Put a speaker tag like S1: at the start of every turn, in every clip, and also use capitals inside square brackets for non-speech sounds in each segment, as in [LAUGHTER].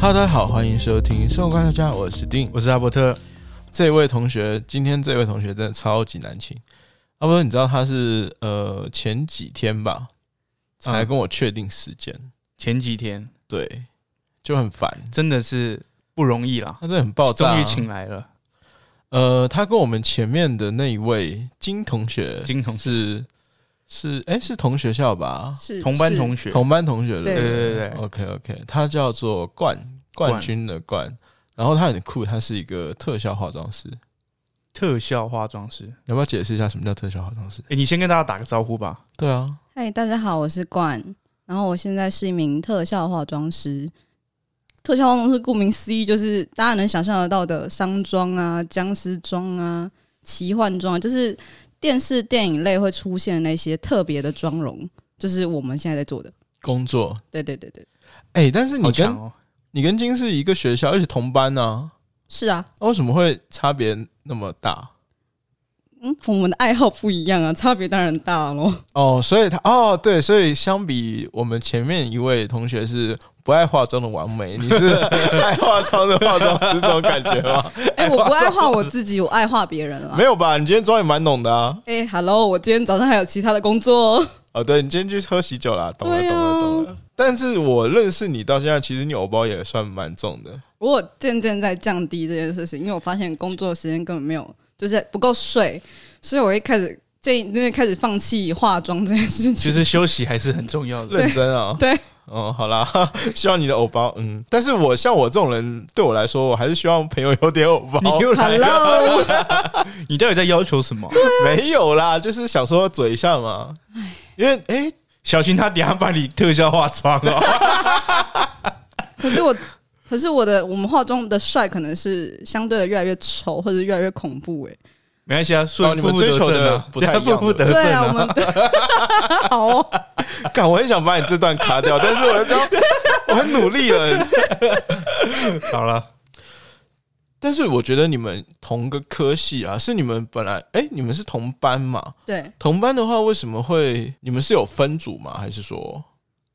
S1: Hello，大家好，欢迎收听《生活观察家》，我是丁，
S2: 我是阿伯特，
S1: 这位同学，今天这位同学真的超级难请。阿伯，你知道他是呃前几天吧才跟我确定时间，
S2: 前几天
S1: 对，就很烦，
S2: 真的是不容易啦，
S1: 他真的很爆炸、
S2: 终
S1: 啊。
S2: 于请来了
S1: 呃，他跟我们前面的那一位金同学
S2: 金同事，
S1: 是是哎、是同学校吧？
S3: 是
S2: 同班
S3: 是
S2: 同学，
S1: 同班哦同学的，
S3: 对
S2: 对对对对
S1: OK OK，他叫做冠冠
S2: 冠
S1: 军的冠，然后他很酷，他是一个特效化妆师。
S2: 特效化妆师。
S1: 你要不要解释一下什么叫特效化妆师？
S2: 诶你先跟大家打个招呼吧。
S1: 对啊，
S3: 嗨，大家好，我是冠，然后我现在是一名特效化妆师。特效化妆师顾名思义就是大家能想象得到的商妆啊、僵尸妆啊、奇幻妆啊，就是电视电影类会出现的那些特别的妆容，就是我们现在在做的。
S1: 工作。
S3: 对对对对，
S1: 哎、但是
S2: 好
S1: 你跟、
S2: 强哦！
S1: 你跟金是一个学校，而且同班呢、
S3: 是啊，
S1: 那为什么会差别那么大？
S3: 嗯，我们的爱好不一样啊，差别当然大喽。
S2: [LAUGHS]
S1: 哦，所以他哦，对，所以相比我们前面一位同学是不爱化妆的完美， [LAUGHS] 你是爱化妆的化妆师，这种感觉吗？ [LAUGHS]
S3: 哎、我不爱画我自己，我爱画别人啊
S1: 没。有吧？你今天妆也蛮浓的啊！
S3: 哎、h e l l o 我今天早上还有其他的工作、哦。
S1: 哦，对你今天去喝喜酒啦，懂了，
S3: 对啊
S1: 懂了，懂了。但是我认识你到现在，其实你偶包也算蛮重的。
S3: 我有渐渐在降低这件事情，因为我发现工作时间根本没有，就是不够睡，所以我一开始这那开始放弃化妆这件事
S2: 其
S3: 情。
S2: 实休息还是很重要的。
S1: 认真啊、
S3: 对，
S1: 哦，好啦， [LAUGHS] 希望你的偶包，嗯，但是我像我这种人，对我来说，我还是希望朋友有点偶包
S2: [LAUGHS] 你。又来了，
S3: Hello，
S2: 你到底在要求什么？
S1: 没有啦，就是想说嘴一下嘛。因为哎、
S2: 小心他等下把你特效化妆哦。
S3: [LAUGHS] 可是我，可是我的我们化妆的帅可能是相对的越来越丑，或者越来越恐怖哎、
S2: [LAUGHS] [LAUGHS] 没关系啊，
S1: 哦
S2: 顺
S1: 你
S2: 负
S1: 们
S2: 负
S1: 追
S2: 得
S1: 求
S2: 正
S1: 的
S2: 啊，
S1: 不太一样
S2: 负负得
S3: 对啊，我
S2: 正 [LAUGHS] 啊。
S3: 们好、哦，
S1: 干，我很想把你这段卡
S3: [LAUGHS]
S1: 掉，但是我知道我很努力了。
S2: 好了，
S1: 但是我觉得你们同个科系啊，是你们本来哎、你们是同班嘛？
S3: 对，
S1: 同班的话，为什么会你们是有分组吗？还是说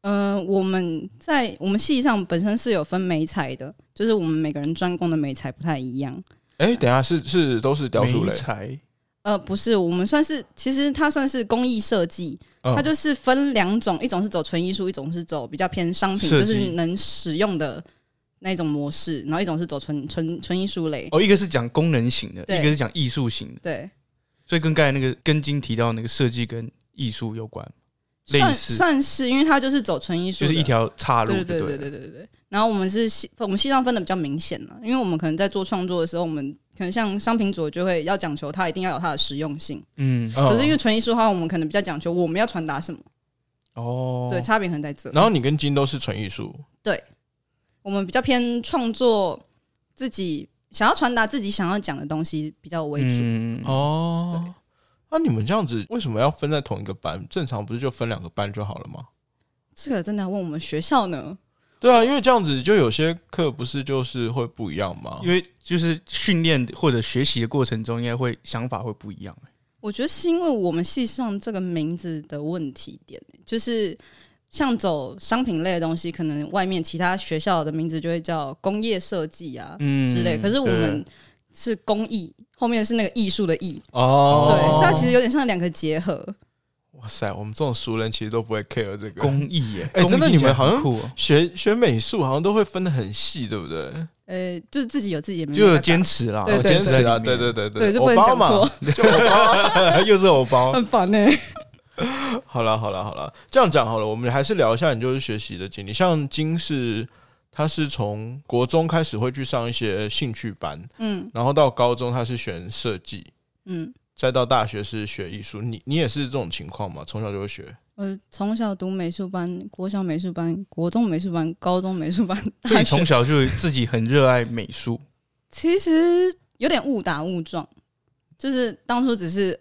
S3: 嗯、我们在我们系上本身是有分美彩的，就是我们每个人专攻的美彩不太一样。
S1: 哎、等一下是是都是雕塑类
S2: 美？才
S3: 呃，不是，我们算是其实它算是工艺设计，
S1: 嗯
S3: 它就是分两种，一种是走纯艺术，一种是走比较偏商品，
S2: 设
S3: 就
S2: 计
S3: 是能使用的那种模式，然后一种是走纯纯纯艺术类。
S2: 哦，一个是讲功能型的，
S3: 对
S2: 一个是讲艺术型的，
S3: 对，
S2: 所以跟刚才那个跟金提到那个设计跟艺术有关，类
S3: 算
S2: 似
S3: 算是，因为它就是走纯艺术
S2: 就
S3: 的，
S2: 是一条岔路
S3: 对
S2: 就
S3: 对
S2: 了
S3: 对对对对对。然后我们是系，我们系上分的比较明显了，因为我们可能在做创作的时候，我们可能像商品组就会要讲求它一定要有它的实用性，
S2: 嗯，
S1: 嗯
S3: 可是因为纯艺术的话，我们可能比较讲求我们要传达什么，
S2: 哦，
S3: 对，差别可能在这。
S1: 嗯然后你跟金都是纯艺术，
S3: 我们比较偏创作自己想要传达自己想要讲的东西比较为主。
S2: 嗯
S1: 哦，那、你们这样子为什么要分在同一个班？正常不是就分两个班就好了吗？
S3: 这个真的要问我们学校呢？
S1: 对啊，因为这样子就有些课不是就是会不一样吗？
S2: 因为就是训练或者学习的过程中，应该会想法会不一样、
S3: 我觉得是因为我们系上这个名字的问题点，就是像走商品类的东西，可能外面其他学校的名字就会叫工业设计啊、
S2: 嗯
S3: 之类，可是我们是工艺，后面是那个艺术的艺，
S1: 哦
S3: 对，所以它其实有点像两个结合。
S1: 哇塞，我们这种熟人其实都不会 care 这个。
S2: 工艺耶、
S1: 哎真的
S2: 工艺
S1: 你们好像
S2: 很酷、哦，
S1: 学学美术好像都会分得很细，对不对？
S3: 呃，就是自己有自
S1: 嗯
S3: 己的名字，
S2: 就有坚持啦，
S3: 对
S1: 我
S2: [LAUGHS]
S3: 对
S1: 坚持啊，
S2: 在里面
S1: 对对对对，
S3: 对，就不能
S1: 我包
S3: 讲
S1: 嘛
S3: 错，
S1: 就我包啊
S2: [LAUGHS] 又是偶包，
S3: [LAUGHS] 很烦欸呢、
S1: 好了好了好了，这样讲好了，我们还是聊一下你就是学习的经历。像金是，他是从国中开始会去上一些兴趣班，
S3: 嗯
S1: 然后到高中他是选设计，
S3: 嗯。
S1: 再到大学是学艺术。你你也是这种情况吗？从小就会学，
S3: 我呃从小读美术班，国小美术班、国中美术班、高中美术班，
S2: 所
S3: 大
S2: 以
S3: 学
S2: 从小就自己很热爱美术，
S3: 其实有点误打误撞，就是当初只是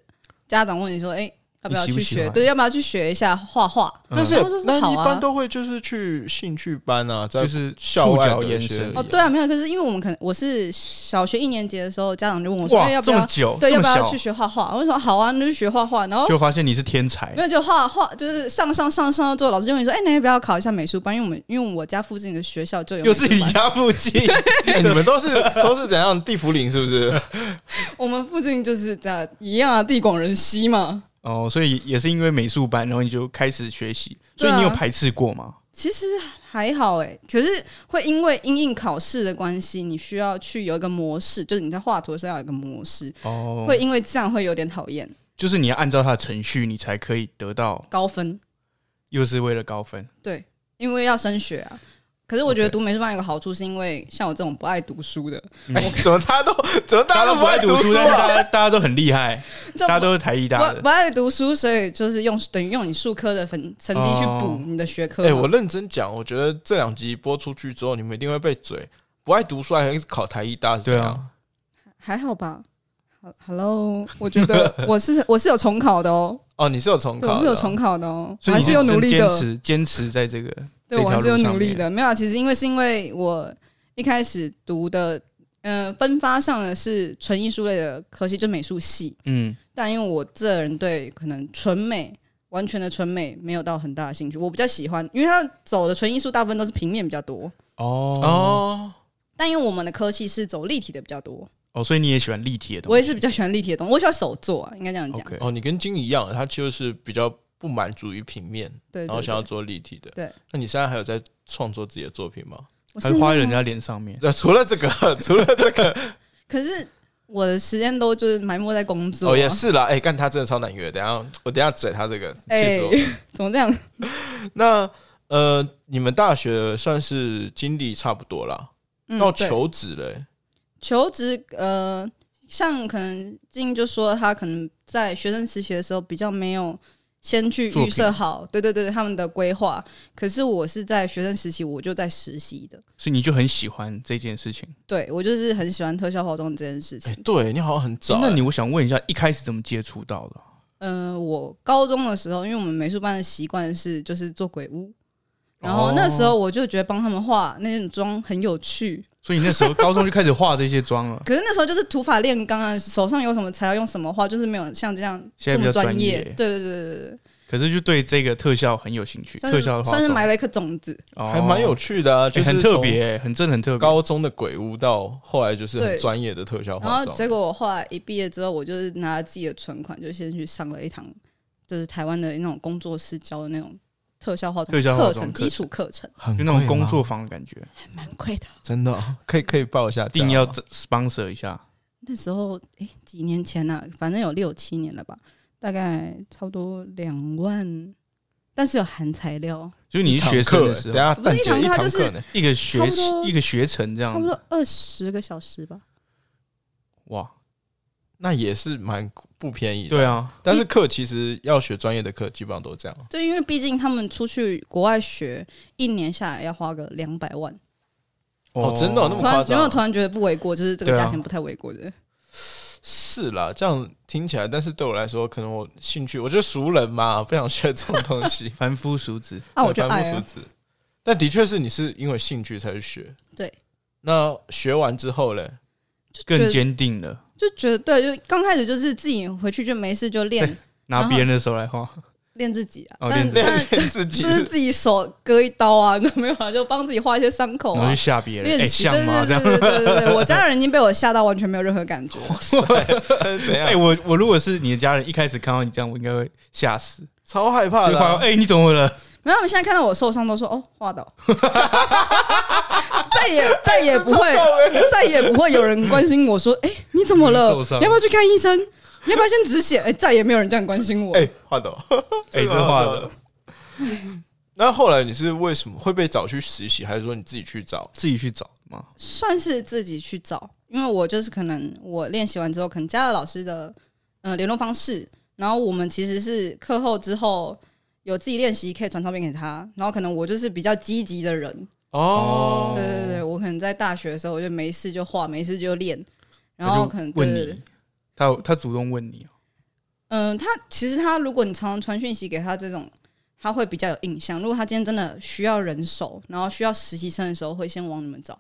S3: 家长问你说：“哎、要不要
S2: 你喜不
S3: 去
S2: 喜
S3: 学？
S2: 欢
S3: 对，要不要去学一下画画？
S1: 但是
S3: 嗯
S1: 也
S3: 他说是
S1: 那
S3: 好
S1: 一
S3: 啊
S1: 般都会就是去兴趣班啊， [LAUGHS] 在
S2: 就是
S1: 校
S2: 触
S1: 外
S2: 角
S1: 的
S2: 延
S1: 一些
S2: 伸
S1: 对
S3: 哦，对啊，没有，可是因为我们可能我是小学一年级的时候，家长就问我说，哎
S2: 哇，
S3: 要不
S2: 这么
S3: 要
S2: 久，
S3: 对
S2: 这么
S3: 要不要
S2: 小哦
S3: 去，学画画？我就说好啊，那就学画画。然后
S2: 就发现你是天才
S3: 没，有就画画，就是上上上上到最后，老师就问你说，哎，你要不要考一下美术班？因为我们因为我家附近的学校就有
S2: 又
S3: 美
S2: 是
S3: 术
S2: 你
S3: 班，
S2: 家附
S3: [LAUGHS]
S2: 近，
S1: 哎你们都是 [LAUGHS] 都是怎样地府灵是不是？
S3: 我们附近就是这样一样啊，地广人稀嘛。
S2: 哦，所以也是因为美术班，然后你就开始学习，所
S3: 对啊
S2: 以你有排斥过吗？
S3: 其实还好哎、可是会因为因应考试的关系，你需要去有一个模式，就是你在画图的时候要有一个模式，
S2: 哦，
S3: 会因为这样会有点讨厌
S2: 就是你要按照它的程序，你才可以得到，
S3: 高分，
S2: 又是为了高分，
S3: 因为要升学啊。可是我觉得
S2: OK
S3: 读美术班有个好处，是因为像我这种不爱读书 [LAUGHS] 的，
S1: 哎，怎么大家都怎么大
S2: 大
S1: 家
S2: 家
S1: 都
S2: 都不爱
S1: 读
S2: 读书，但是
S1: 啊？
S2: 嗯大家大家都很厉
S3: [LAUGHS]
S2: 害，
S3: 就
S2: 大家
S3: 不
S2: 都是台艺大
S3: 不
S2: 的。
S3: 不爱读书，所以就是用等于用你数科的分成绩去补
S2: 哦
S3: 你的学科嘛。
S1: [LAUGHS] 哎，我认真讲，我觉得这两集播出去之后，你们一定会被嘴。不爱读书还是考台艺大是这
S2: 对
S1: 样
S2: 啊？
S3: 还好吧。哈 Hello，我觉 [LAUGHS] 得我是我是有重考的哦，
S1: 哦，你是有重
S3: 对
S1: 考，
S3: 我是有重，考的哦，我
S2: 所以
S3: 还
S2: 你
S3: 是有努力
S2: 坚
S3: 的，
S2: 持坚持在这个
S3: 对我还是有
S2: 这条路
S3: 努力
S2: 上
S3: 的。没有啊，其实因为是因为我一开始读的，嗯、分发上的是纯艺术类的科系，就美术系。
S2: 嗯，
S3: 但因为我这人对可能纯美、完全的纯美没有到很大的兴趣，我比较喜欢，因为他走的纯艺术大部分都是平面比较多，
S2: 哦
S1: 哦，
S3: 但因为我们的科系是走立体的比较多，
S2: 哦，所以你也喜欢立体的
S3: 我
S2: 东
S3: 也
S2: 西
S3: 是比较喜欢立体的东西，我喜欢手作啊，应该这样讲。
S2: ，OK，
S1: 哦，你跟金一样，他就是比较不满足于平面，
S3: 对对
S1: 然后想要
S3: 对
S1: 做立体的。
S3: 对，
S1: 那你现在还有在创作自己的作品吗？
S3: 我
S2: 还
S3: 现在
S2: 花在人家脸上面，
S1: 那呃除了这个， [LAUGHS] 除了这个，
S3: 可是我的时间都 [LAUGHS] 就是埋没在工作、啊。
S1: 哦，也是啦。哎，干他真的超难约，等一下我等一下嘴他这个，气
S3: 哎
S1: 死我了。
S3: 怎么这样？
S1: 那呃，你们大学算是经历差不多啦，
S3: 嗯
S1: 到
S3: 对
S1: 求职嘞，
S3: 求职，呃，像可能静就说他可能在学生实习的时候比较没有先去预设好，对对对，他们的规划。可是我是在学生实习，我就在实习的，
S2: 所以你就很喜欢这件事情。
S3: 对我就是很喜欢特效化妆这件事情
S1: 哎。对你好像很早。
S2: 那
S1: 哎
S2: 你我想问一下，一开始怎么接触到的？
S3: 嗯、我高中的时候，因为我们美术班的习惯是就是做鬼屋，然后
S2: 哦
S3: 那时候我就觉得帮他们画那种妆很有趣，
S2: 所以你那时候高中就开始画这些妆了， [LAUGHS]
S3: 可是那时候就是土法炼钢啊，手上有什么材料用什么画，就是没有像这样
S2: 现在
S3: 这
S2: 比较
S3: 么专
S2: 专业
S3: 业。对对对对对
S2: 可是就对这个特效很有兴趣，
S3: 对，
S2: 特效的话
S3: 算是埋了一颗种子。
S1: 还蛮有趣的啊，就
S2: 就是哎很特
S1: 从
S2: 别欸，很真的很特别。
S1: 高中的鬼屋到后来就是很
S3: 对
S1: 专业的特
S2: 哦
S1: 效
S3: 然
S1: 化
S3: 后
S1: 妆，
S3: 结果我后来一毕业之后，我就是拿自己的存款，就先去上了一堂，就是台湾的那种工作室教的那种特效化妆
S2: 特效化
S3: 课
S2: 妆
S3: 程，
S2: 课程
S3: 基础课程，
S1: 很
S2: 就那种
S1: 贵吗
S2: 工作坊的感觉，
S3: 还蛮贵的。
S1: 真的哦可以可以报一下价吗，
S2: 一定要
S1: 啊
S2: sponsor 一下。
S3: 那时候诶，几年前呐、反正有六七年了吧，大概差不多两万，但是有含材料，
S2: 就是你是学生的
S1: 等
S2: 时候，
S1: 下
S3: 不是
S1: 蛋
S3: 一
S1: 姐
S3: 堂
S1: 一
S3: 课
S1: 堂啊
S3: 就是
S1: 课呢，
S2: 一个学
S3: 差不多
S2: 一个学程这
S3: 差
S2: 样子，
S3: 不多二十个小时吧。
S2: 哇，
S1: 那也是蛮不便宜的。
S2: 对啊，
S1: 但是课其实要学专业的课，基本上都这样。
S3: 对，因为毕竟他们出去国外学一年下来要花个两百万，
S1: 哦真的哦那么
S3: 突
S1: 夸张
S3: 然
S1: 啊
S3: 有没有突然觉得不为过？就是这个
S2: 对啊，
S3: 价钱不太为过的。
S1: 是啦，这样听起来，但是对我来说，可能我兴趣，我就熟人嘛，不想学这种东西
S2: 凡夫俗子，
S3: [LAUGHS] 啊，我就
S1: 很
S3: 爱
S1: 凡夫
S3: 啊，
S1: 俗子。但的确是你是因为兴趣才去学，
S3: 对。
S1: 那学完之后
S3: [LAUGHS]
S1: 嘞，
S3: 觉得
S2: 更坚定了。
S3: 就觉得对，就刚开始就是自己回去就没事就练
S2: 拿别人的手来画，
S3: 练自己啊，
S2: 哦
S3: 但
S2: 练自己
S3: 但
S1: 练自己
S3: 就是自己手割一刀啊， [LAUGHS] 都没有啊，就帮自己画一些伤口
S2: 然后
S3: 啊
S2: 去。吓别人，哎，
S3: 练习，
S2: 像
S3: 对
S2: 吗？
S3: 对
S2: 这
S3: 对
S2: 样，
S3: 对对对对，我家人已经
S2: [LAUGHS]
S3: 被我吓到完全没有任何感觉。
S1: 是 [LAUGHS] 怎样？
S2: 哎，我我如果是你的家人，一开始看到你这样，我应该会吓死，
S1: 超害怕
S2: 就
S1: 的
S2: 会
S1: 啊、
S2: 哎，你怎么了？
S3: 没有，他们现在看到我受伤都说哦，画到， [LAUGHS] 再也再也不会，再也不会有人关心我说，哎、你怎么了？
S2: 受伤
S3: 你要不要去看医生？你要不要先止血？哎、再也没有人这样关心我。
S1: 哎，画的哦，
S2: 哎，这
S1: 个好
S2: 画
S1: 笑
S2: 的。
S1: 那后来你是为什么会被找去实习，还是说你自己去找？
S2: 自己去找的嘛。
S3: 算是自己去找，因为我就是可能我练习完之后，可能加了老师的呃联络方式，然后我们其实是课后之后有自己练习，可以传照片给他，然后可能我就是比较积极的人，
S2: 哦
S3: 对对对，我可能在大学的时候，我就没事就画，没事就练，然
S2: 他
S3: 后
S2: 就
S3: 可能对
S2: 问
S3: 对对
S2: 你，他有他主动问你哦，
S3: 嗯，他其实他，如果你常常传讯息给他这种，他会比较有印象。如果他今天真的需要人手，然后需要实习生的时候，会先往你们找。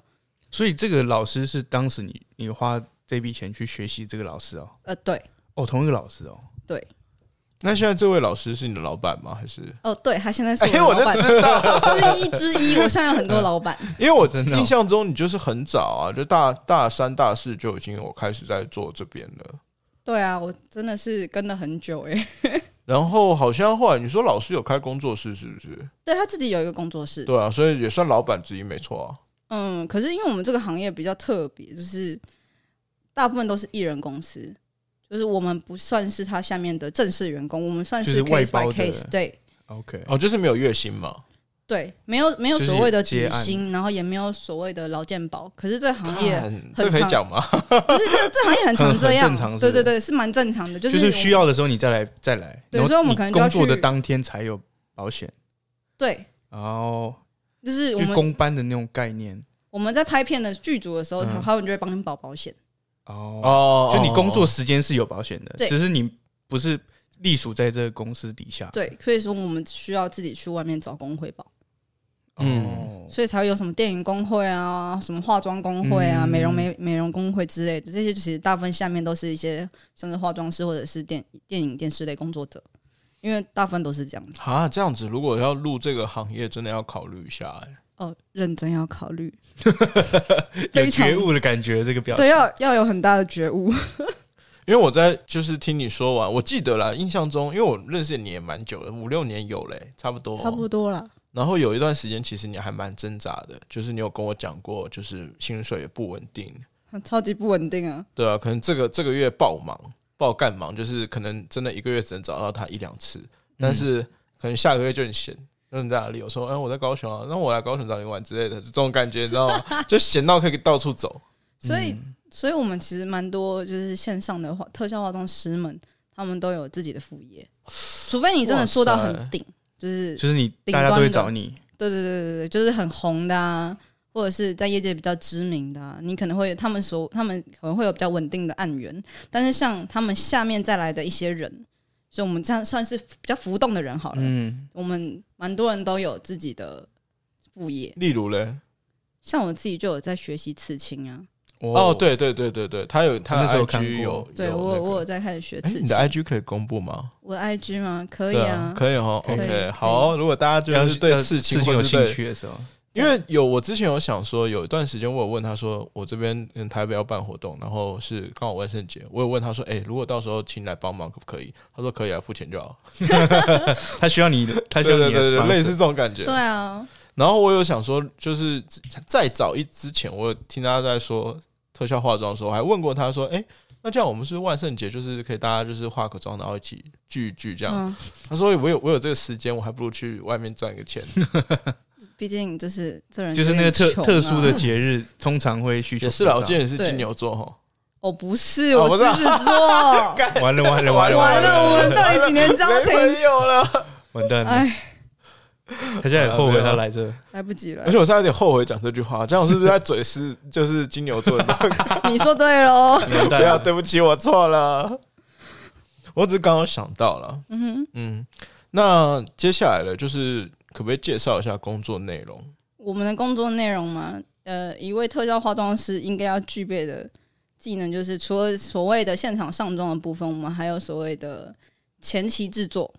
S2: 所以这个老师是当时你你花这笔钱去学习这个老师哦，
S3: 呃，对，
S2: 哦，同一个老师哦，
S1: 那现在这位老师是你的老板吗？还是？
S3: 哦，对，他现在是
S1: 哎
S3: 我的老
S1: 我就知道了
S3: 板之一之一。我现在有很多
S2: [LAUGHS]
S3: 老板，
S1: 因为我
S2: 真的哦
S1: 印象中你就是很早啊，就大大三、大四就已经我开始在做这边了。
S3: 对啊，我真的是跟了很久哎、
S1: 然后好像后来你说老师有开工作室，是不是？
S3: 对他自己有一个工作室，
S1: 对啊，所以也算老板之一，没错啊。
S3: 嗯，可是因为我们这个行业比较特别，就是大部分都是艺人公司，就是我们不算是他下面的正式员工，我们算
S2: 就是外
S3: case
S2: 包
S3: by
S2: 的
S3: case，对，
S2: ，OK，
S1: 哦，就是没有月薪嘛。
S3: 对，没有没有
S2: 就是
S3: 所谓的
S2: 接
S3: 底
S2: 案
S3: 薪，然后也没有所谓的劳健保，可是这行业
S1: 看，这可以
S3: 长
S1: 讲吗？
S3: 不是这这行业很常
S2: 很
S3: 这
S2: 很
S3: 样
S2: 正常，是
S3: 对
S2: 不是
S3: 对对，是蛮正常的，就
S2: 就是是
S3: 我
S2: 需要的时候你再来再来，
S3: 对
S2: 然后
S3: 所以我们
S2: 你
S3: 可能就要
S2: 工作的
S3: 去
S2: 当天才有保险，
S3: 对，
S2: 然后
S3: 就是我
S2: 就
S3: 们
S2: 公班的那种概念
S3: 我们在拍片的剧组的时候，
S2: 嗯
S3: 他们就会帮你保保险，
S2: 哦，
S1: 哦
S2: 就你工作时间是有保险的，
S3: 对
S2: 只是你不是隶属在这个公司底下，
S3: 对，所以说我们需要自己去外面找工会保，
S2: 嗯，
S3: 所以才会有什么电影工会啊、什么化妆工会啊、
S2: 嗯
S3: 美容美美容工会之类的，这些其实大部分下面都是一些像是化妆师或者是电电影电视类工作者，因为大部分都是这样子。
S1: 啊，这样子如果要入这个行业，真的要考虑一下、欸。
S3: 哦，认真要考虑，
S2: [LAUGHS] 有
S3: 非常
S2: 觉悟啊的感觉，这个表
S3: 对，要要有很大的觉悟。
S1: 因为我在就是听你说完，我记得啦，印象中，因为我认识你也蛮久的，五六年有嘞、差不
S2: 哦
S1: 多，
S3: 差不。多啦。
S1: 然后有一段时间，其实你还蛮挣扎的，就是你有跟我讲过，就是薪水也不稳定，
S3: 超级不稳定啊！
S1: 对啊，可能这个这个月爆忙爆干忙，就是可能真的一个月只能找到他一两次，但是
S2: 嗯
S1: 可能下个月就很闲。那你在哪里？我说，哎、我在高雄啊，那我来高雄找你玩之类的，这种感觉你知道
S2: [LAUGHS]
S1: 吗？就闲到可以到处走。
S3: 所以，
S1: 嗯
S3: 所以我们其实蛮多就是线上的化特效化妆师们，他们都有自己的副业，除非你真的做到
S1: 哇塞
S3: 很顶，就是
S2: 就是你
S3: 顶
S2: 大家都
S3: 端
S2: 会
S3: 的
S2: 找你，
S3: 对对对对对，就是很红的啊，或者是在业界比较知名的、啊，你可能会他们所他们可能会有比较稳定的案源，但是像他们下面再来的一些人，就我们这样算是比较浮动的人好了，
S2: 嗯，
S3: 我们蛮多人都有自己的副业，
S1: 例如嘞，
S3: 像我自己就有在学习刺青啊。
S1: 哦，，对对对对对，他有他
S2: 我那时候
S1: IG
S2: 看过
S1: 有，
S3: 对
S1: 有
S3: 我
S1: 那
S3: 有
S1: 个
S3: 我有在开始学
S1: 哎，
S3: 刺
S1: 你的
S3: 青。
S1: IG 可以公布吗？
S3: 我的 IG 吗？可以
S1: 对
S3: 啊，
S1: 可以哈。
S2: 可以
S1: OK，
S3: 可以
S1: 好哦，如果大家
S2: 要
S1: 就是是对
S2: 要
S1: 刺青
S2: 刺青
S1: 或
S2: 有
S1: 是
S2: 兴
S1: 对
S2: 趣的时候，
S1: 因为有我之前有想说，有一段时间我有问他说，我这边嗯台北要办活动，然后是刚好万圣节，我有问他说，哎、如果到时候请你来帮忙可不可以？他说可以啊，付钱就好。
S2: 他需要你的，他
S1: 对
S2: 需要
S1: 对
S2: 你的
S1: 对对，
S2: sponsor
S1: 类似这种感觉
S3: 对。啊，
S1: 然后我有想说，就是再早一之前，我有听他在说特效化妆的时候，我还问过他说，哎、那这样我们是不是万圣节就是可以大家就是化个妆，然后一起聚一聚这样。
S3: 嗯，
S1: 他说我有我有这个时间，我还不如去外面赚个钱。
S3: 嗯毕竟就是这人
S2: 就是
S3: 有
S2: 那个
S3: 点
S2: 特
S3: 穷啊
S2: 特殊的节日，通常会需求
S1: 也是啦，
S2: 比
S1: 我
S2: 较
S1: 记得你是
S3: 对
S1: 金牛座 [LAUGHS] 哈。
S3: 哦，不是，
S1: 啊
S3: 我
S1: 我
S3: 狮
S1: 知道 [LAUGHS]
S3: 子座。
S2: 大完了完了完了
S3: 完
S2: 完
S3: 了，我们到底几年交
S1: 没
S3: 情？
S1: 朋友了。
S2: 完蛋了！
S3: 哎，
S2: 他现在很后悔他来这，
S3: 来不及了
S1: 而。且我现在有点后悔讲这句话，这样我是不是在嘴是 [LAUGHS] 就是金牛座？你知道吗
S3: 你说对哦喽。
S2: 完
S1: 不
S2: 蛋
S1: 要，
S2: 了！
S1: 对不起，我错了。我只是刚刚想到了，
S3: 嗯哼，
S1: 嗯，那接下来了，就是可不可以介绍一下工作内容？
S3: 我们的工作内容嘛，呃，一位特效化妆师应该要具备的技能，就是除了所谓的现场上妆的部分，我们还有所谓的前期制作。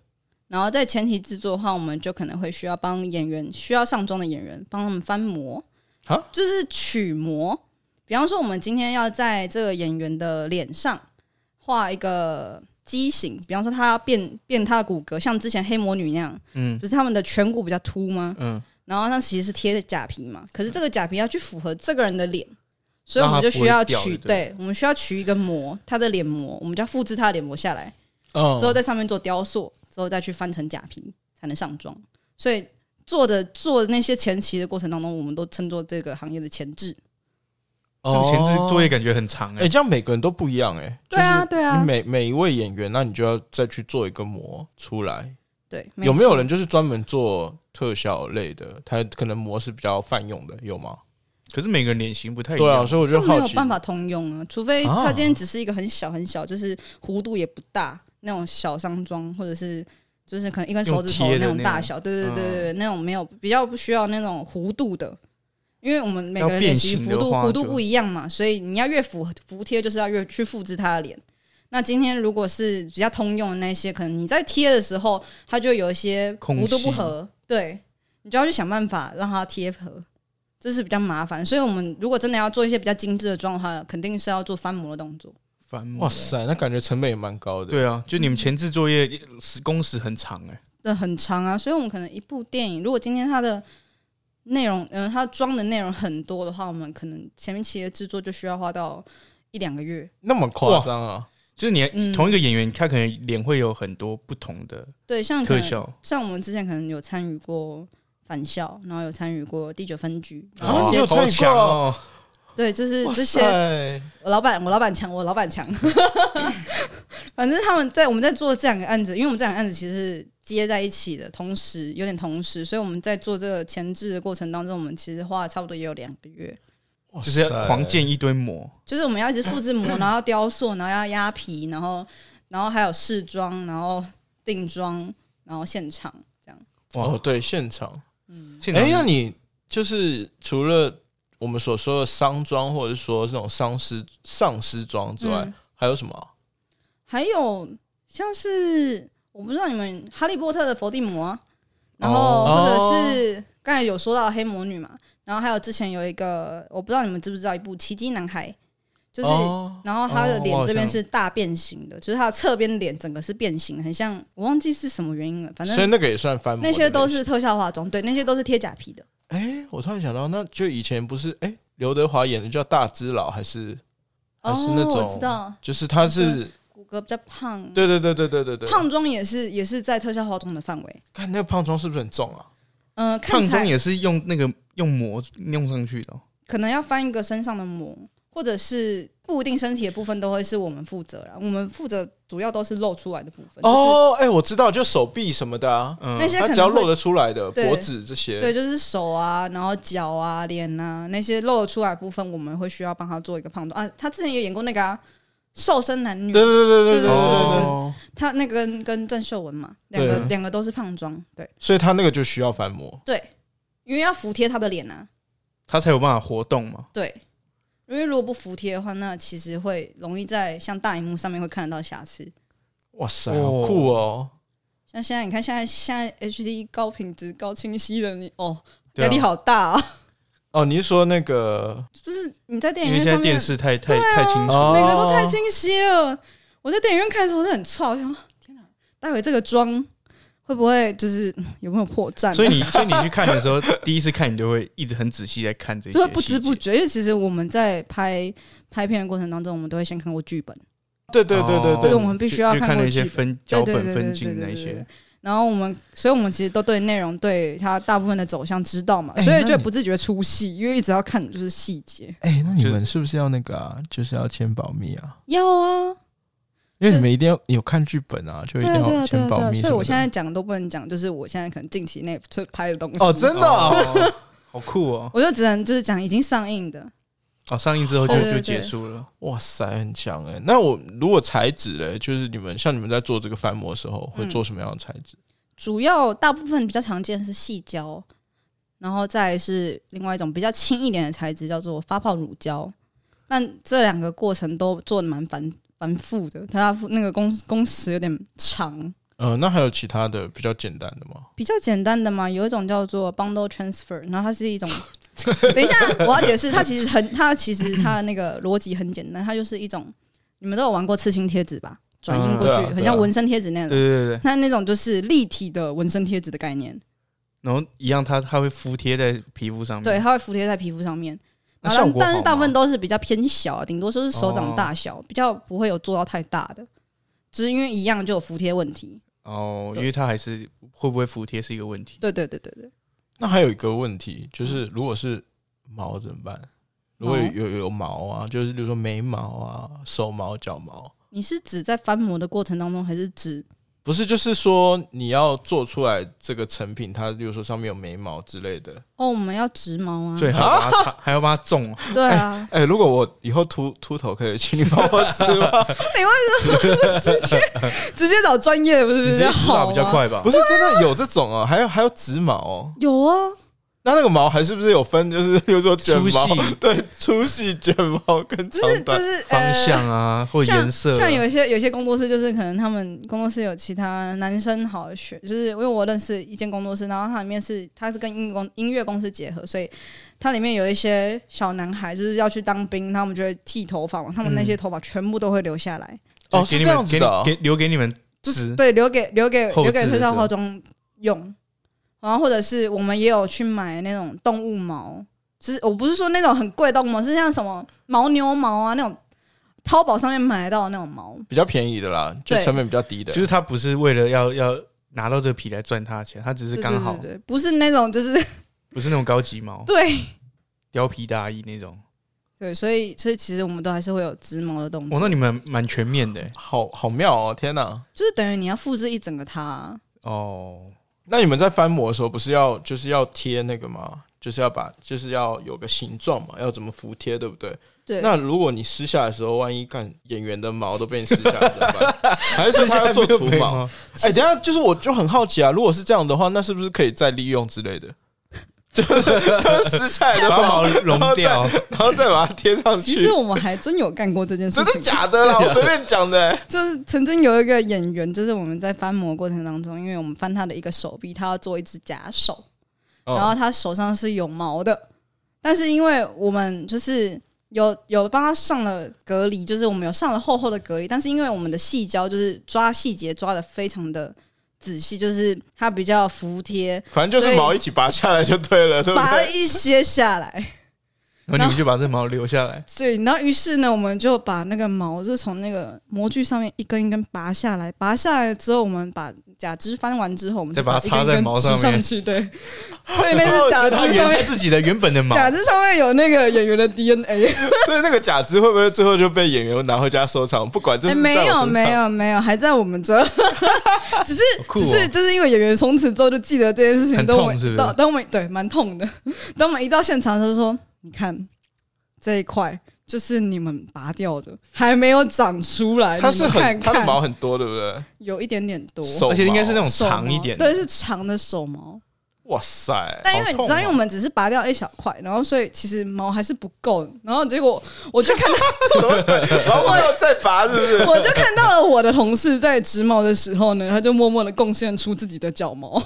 S3: 然后在前期制作的话，我们就可能会需要帮演员需要上妆的演员帮他们翻模
S1: 啊，
S3: 就是取模。比方说，我们今天要在这个演员的脸上画一个畸形，比方说他要变变他的骨骼，像之前黑魔女那样，
S2: 嗯
S3: 就是他们的颧骨比较凸吗？
S2: 嗯，
S3: 然后那其实是贴的假皮嘛，可是这个假皮要去符合这个人的脸，所以
S2: 让
S3: 我
S2: 它
S3: 们就需要
S2: 不会
S3: 取，
S2: 掉对
S3: 对，我们需要取一个模，他的脸模，我们就要复制他的脸模下来，
S1: 嗯
S3: 之后在上面做雕塑，之后再去翻成假皮才能上妆。所以做的做那些前期的过程当中，我们都称作这个行业的前置。
S2: 这个前置作业
S1: 感，
S2: 感觉很长
S1: 哎、
S2: 哎，
S1: 这样每个人都不一样哎、
S3: 对啊，对
S1: 你
S3: 啊，
S1: 每每一位演员，那你就要再去做一个模出来。
S3: 对，
S1: 有没有
S3: 错
S1: 人就是专门做特效类的？他可能模是比较泛用的，有吗？
S2: 可是每个人脸型不太一
S1: 对啊，
S2: 样，
S1: 所以我
S3: 这
S1: 就
S3: 没
S1: 好
S3: 有
S1: 奇，
S3: 办法通用啊，除非
S1: 啊
S3: 他今天只是一个很小很小，就是弧度也不大，那种小商妆，或者是就是可能一根
S2: 用
S3: 手指头
S2: 贴的嗯
S3: 那种
S2: 那
S3: 大
S2: 种
S3: 小，对对对对对，那种没有比较不需要那种弧度的，因为我们每个
S2: 要
S3: 人
S2: 变
S3: 脸型
S2: 形
S3: 幅
S2: 的
S3: 度
S2: 话
S3: 弧度
S2: 就
S3: 不一样嘛，所以你要越服服帖，就是要越去复制他的脸。那今天如果是比较通用的那些，可能你在贴的时候，它就有一些
S2: 空
S3: 弧度
S2: 隙
S3: 不合，对你就要去想办法让它贴合，这是比较麻烦。所以我们如果真的要做一些比较精致的妆的话，肯定是要做翻模的动作。
S2: 翻模
S1: 哇，塞，那感觉成本也蛮高的。
S2: 对啊，就
S1: 嗯
S2: 你们前置作业时工时很长哎、
S3: 那很长啊，所以我们可能一部电影，如果今天它的内容，嗯、它装的内容很多的话，我们可能前面期的制作就需要花到一两个月。
S1: 那么夸张啊！
S2: 就是你
S3: 嗯
S2: 同一个演员，他可能脸会有很多不同的
S3: 对，像可
S2: 特
S3: 能
S2: 效，
S3: 像我们之前可能有参与过返校，然后有参与过第九分局，然
S1: 哦
S3: 后
S1: 你
S3: 一
S1: 有
S3: 些
S1: 参
S2: 好
S1: 与
S2: 强
S1: 过
S2: 哦！
S3: 对，就是
S1: 哇
S3: 这些
S1: 塞，
S3: 我老板，我老板强，我老板强。 [LAUGHS] 反正他们在我们在做这两个案子，因为我们这两个案子其实是接在一起的，同时有点同时，所以我们在做这个前置的过程当中，我们其实花了差不多也有两个月，
S1: 哇
S2: 就是要
S1: 塞
S2: 狂建一堆模，
S3: 就是我们要一直
S1: [LAUGHS]
S3: 复制模，然后要雕塑，然后要压皮，然后然后还有试妆，然后定妆，然后现场这样。
S1: 哦！对，现场。
S3: 嗯，
S2: 现场
S1: 哎、那你就是除了我们所说的丧装，或者是说这种丧尸丧尸装之外，
S3: 嗯
S1: 还有什么啊？
S3: 还有像是我不知道你们《哈利波特》的伏地魔啊，然后
S1: 哦
S3: 或者是刚才有说到黑魔女嘛，然后还有之前有一个我不知道你们知不知道一部《奇迹男孩》，就是、
S1: 哦
S3: 然后他的
S2: 哦我
S3: 脸
S2: 好
S3: 这边
S2: 像
S3: 是大变形的，就是他的侧边脸整个是变形的，很像我忘记是什么原因了，反
S1: 所以
S3: 正
S1: 那个也算翻模的
S3: 那
S1: 类型。
S3: 些都是特效化妆，对，那些都是贴假皮的。
S1: 哎、我突然想到，那就以前不是哎，刘、德华演的叫大只佬，还是还
S3: 哦
S1: 是那，种
S3: 我知道
S1: 就是他是
S3: 骨骼比较胖，
S1: 对对对对对对对，
S3: 胖妆也是也是在特效化妆的范围。
S1: 看那个胖装是不是很重啊？
S3: 嗯、看
S2: 胖
S3: 起来
S2: 中也是用那个用模弄上去的哦、
S3: 可能要翻一个身上的膜，或者是不一定身体的部分都会是我们负责啦。我们负责主要都是露出来的部分，就是
S1: 哦，哎、我知道，就手臂什么的啊，
S2: 嗯，
S3: 那些
S1: 他
S3: 可
S1: 只要
S3: 能
S1: 露
S3: 会
S1: 得出来的
S3: 对
S1: 脖子这些，
S3: 对，就是手啊，然后脚啊、脸啊那些露得出来的部分，我们会需要帮他做一个胖妆啊。他之前也演过那个、啊《瘦身男女》
S1: 对对对对对
S3: 对
S1: 对对对，
S2: 哦，
S3: 他那个跟跟郑秀文嘛，两个
S1: 对
S3: 两个都是胖妆，对
S1: 所以他那个就需要翻模。
S3: 对，因为要服帖他的脸啊，
S2: 他才有办法活动嘛。
S3: 对，因为如果不服帖的话，那其实会容易在像大荧幕上面会看得到瑕疵。
S1: 哇塞，好
S2: 哦
S1: 酷哦！
S3: 像现在你看，现在现在 HD 高品质、高清晰的你哦，
S2: 对啊
S3: 压力好大啊！
S1: 哦，你是说那个
S3: 就是哎你在电
S2: 因
S3: 影
S2: 为现
S3: 院
S2: 在
S3: 上面
S2: 电，视太太太清楚，
S1: 哦
S3: 每个都太清晰了。我在电影院看的时候，我是很错，我想啊天哪，待会这个妆会不会就是嗯有没有破绽啊？
S2: 所以你所以你去看的时候， [LAUGHS] 第一次看你就会一直很仔细在看这些，
S3: 就会不知不。觉，因为其实我们在拍拍片的过程当中，我们都会先看过剧本，
S1: 对对对对
S3: 哦对
S1: 对，
S3: 我们必须要
S2: 就看
S3: 过
S2: 那些
S3: 剧本。
S2: 分
S3: 对
S2: 脚
S3: 对
S2: 本
S3: 对
S2: 分
S3: 对
S2: 镜
S3: 对
S2: 那
S3: 对
S2: 些
S3: 对，然后我们，所以我们其实都对内容、对它大部分的走向知道嘛，
S1: 哎
S3: 所以
S1: 那
S3: 就
S1: 你
S3: 不自觉出戏，因为一直要看就是细节。
S1: 哎，那你
S2: 就
S1: 们是不是要那个啊？就是要签保密啊，
S3: 要啊，
S1: 因为
S3: 就
S1: 你们一定要有看剧本啊，就一
S3: 对
S1: 定
S3: 啊，对
S1: 要
S3: 啊，对
S1: 签
S3: 啊，
S1: 保密
S3: 对啊。
S1: 什
S3: 所以我
S1: 么
S3: 现在
S1: 的。
S3: 讲的都不能讲，就是我现在可能近期内就拍的东西。
S1: 哦，真的哦，
S2: 哦，好酷哦！
S3: 我就只能就是讲已经上映的。
S2: 哦，上映之后就
S3: 对对
S2: 就
S3: 对
S2: 结束了。
S1: 哇塞，很强哎！那我如果材质嘞，就是你们像你们在做这个翻模的时候，会
S3: 嗯
S1: 做什么样的材质？
S3: 主要大部分比较常见的是细胶，然后再来是另外一种比较轻一点的材质，叫做发泡乳胶。但这两个过程都做的蛮繁繁复的，它那个工工时有点长。
S1: 呃，那还有其他的比较简单的吗？
S3: 比较简单的嘛，有一种叫做 bundle transfer，然后它是一
S2: [LAUGHS]
S3: 种，等一下我要解释，它其实很，它其实它的那个逻辑很简单，它就是一种，你们都有玩过刺青贴纸吧？转印过
S1: 对啊
S3: 去，
S1: 对啊
S3: 很像纹身贴纸那
S2: 嗯对
S3: 样。
S2: 对对对，
S3: 那那种就是立体的纹身贴纸的概念，
S2: 嗯然后一样，它它会服贴在皮肤上面。
S3: 对，它会服贴在皮肤上面。
S2: 那
S3: 然
S2: 效
S3: 后
S2: 果
S3: 但但是
S2: 好
S3: 大部分
S2: 吗
S3: 都是比较偏小，顶多说是手掌
S2: 哦
S3: 大小，比较不会有做到太大的，只是因为一样就有服贴问题。
S2: 哦，
S3: 对
S2: 因为它还是会不会服贴是一个问题。
S3: 对对对对对。
S1: 那还有一个问题就是，如果是毛怎么办？如果有
S3: 毛
S1: 有有嗯毛啊，就是比如说眉毛啊、手毛、脚毛，
S3: 你是指在翻模的过程当中，还是指
S1: 不是，就是说你要做出来这个成品，它例如说上面有眉毛之类的。
S3: 哦，我们要植毛啊，
S2: 最好把它擦， [LAUGHS] 还要把它种。
S3: [LAUGHS] 对啊，
S1: [LAUGHS] 哎、如果我以后秃秃头，可以请你帮我植 [LAUGHS] 吗？
S2: 哎
S3: 没问题，我们直
S2: [LAUGHS]
S3: 接直接找专业的不是
S2: 你
S3: 比
S2: 这
S3: 较
S2: 个指
S3: 好
S2: 法
S3: 吗
S2: 比较。 [LAUGHS] 快吧
S1: 不？是真的有这种哦、还有还有植毛哦、
S3: 有啊，
S1: 那那个毛还是不是有分？就是比如说卷毛
S2: 粗细，
S1: [LAUGHS] 对，粗细卷毛跟
S3: 就
S1: 长
S3: 是就
S1: 短。
S3: 是
S2: 方
S3: 呃
S2: 向啊，或
S3: 像
S2: 颜色啊，
S3: 像有一些有些工作室，就是可能他们工作室有其他男生好学，就是因为我认识一间工作室，然后它里面是它是跟音乐公音乐公司结合，所以它里面有一些小男孩就是要去当兵，他们就会剃头发嘛，他们那
S2: 嗯
S3: 些头发全部都会留下来，
S1: 哦，是
S2: 给你
S1: 这样
S2: 们
S1: 子
S2: 给
S1: 的
S2: 你
S1: 哦、
S2: 给留给你们
S3: 就是
S2: 植
S3: 对留给留给
S2: 后
S3: 留给
S2: 置的
S3: 特效
S2: 时候
S3: 化妆用，然后或者是我们也有去买那种动物毛，就是我不是说那种很贵的动物毛，是像什么牦牛毛啊那种，淘宝上面买得到的那种毛。
S1: 比较便宜的啦，就
S3: 对
S1: 成本比较低的。
S2: 就是他不是为了要要拿到这个皮来赚他的钱，他只是
S3: 对
S2: 刚好
S3: 对对对，不是那种就是 [LAUGHS]
S2: 不是那种高级毛
S3: 对
S2: 貂皮大衣那种。
S3: 对，所以所以其实我们都还是会有植毛的动
S2: 哇，
S3: 作，
S2: 哦那你们蛮全面 [LAUGHS] 的欸
S1: 好好妙哦、天哪！
S3: 就是等于你要复制一整个它，
S2: 哦。
S1: 那你们在翻模的时候，不是要就是要贴那个吗？就是要把就是要有个形状嘛，要怎么服帖，对不对？
S3: 对，
S1: 那如果你撕下来的时候，万一干演员的毛都被你撕下来怎么办？
S3: [LAUGHS]
S1: 还是说他要做除
S2: 没有
S1: 毛？？哎、等一下就是我就很好奇啊，如果是这样的话，那是不是可以再利用之类的？ [LAUGHS] 就是就是撕下来的
S2: [LAUGHS] 把
S3: [LAUGHS]
S2: 毛
S1: 然后
S2: 融
S1: 再
S2: 掉，
S1: 然后再把它贴上
S3: 其
S1: 去
S3: 实。我们还真有干过
S2: [LAUGHS]
S3: 这件事
S1: 真的
S3: 情，
S1: 假的
S3: [LAUGHS]
S1: 啦？我随便讲的、欸。
S3: 就是曾经有一个演员，就是我们在翻模过程当中，因为我们翻他的一个手臂，他要做一只假手，
S1: 哦
S3: 然后他手上是有毛的，但是因为我们就是有有帮他上了隔离，就是我们有上了厚厚的隔离，但是因为我们的细胶就是抓细节抓的非常的仔细，就是它比较服帖，
S1: 反正就是毛一起拔下来就对了，对不
S3: [LAUGHS] 拔了
S1: 对？
S3: 一些下来。
S2: 然后你们就把这毛留下来。
S3: 所以，然后于是呢，我们就把那个毛就从那个模具上面一根一根拔下来，拔下来之后，我们把假肢翻完之后，我们
S2: 再
S3: 就
S2: 把它
S3: 一
S2: 插
S3: 根一
S2: 在
S3: 根
S2: 毛
S3: 织
S2: 上面
S3: 上
S2: [LAUGHS]
S3: 去，对。所以那是 [LAUGHS] 假
S2: 它原
S3: 肢
S2: [LAUGHS]
S3: 上
S2: 它
S3: 面，
S2: 自己的原本的毛，
S3: 假肢上面有那个演员的 DNA。
S1: 所以那个假肢会不会最后就被演员拿回家收藏？不管这
S3: 哎，
S1: 是在我
S3: 没
S1: 身
S3: 有
S1: 上
S3: 没，有没有，还在我
S1: [LAUGHS]
S3: 们这，只是、
S2: 好酷
S3: 只是
S2: 哦！
S3: 就是因为演员从此之后就记得这件事情，
S2: 很
S3: 等我
S2: 痛是不
S3: 们
S2: 是
S3: 到等我们对蛮痛的， [LAUGHS] 等我们一到现场，他就说：“你看这一块就是你们拔掉的，还没有长出来，
S1: 它是
S3: 哎你们看
S1: 很它的
S3: 看
S1: 毛很多，对不对？
S3: 有一点点多，
S1: 手毛
S2: 而且应该是那种
S3: 手毛
S2: 长一点的
S3: 对，是长的手毛。
S1: 哇塞！
S3: 但因为
S1: 好
S3: 你
S1: 痛
S3: 知道，因为我
S1: 哦
S3: 们只是拔掉一小块，然后所以其实毛还是不够，然后结果我就看到。”
S1: 什么鬼？然后我有再拔，是不 [LAUGHS]
S3: [LAUGHS]
S1: 是？
S3: 我就看到了我的同事在植毛的时候呢，他就默默的贡献出自己的脚 [LAUGHS] 毛。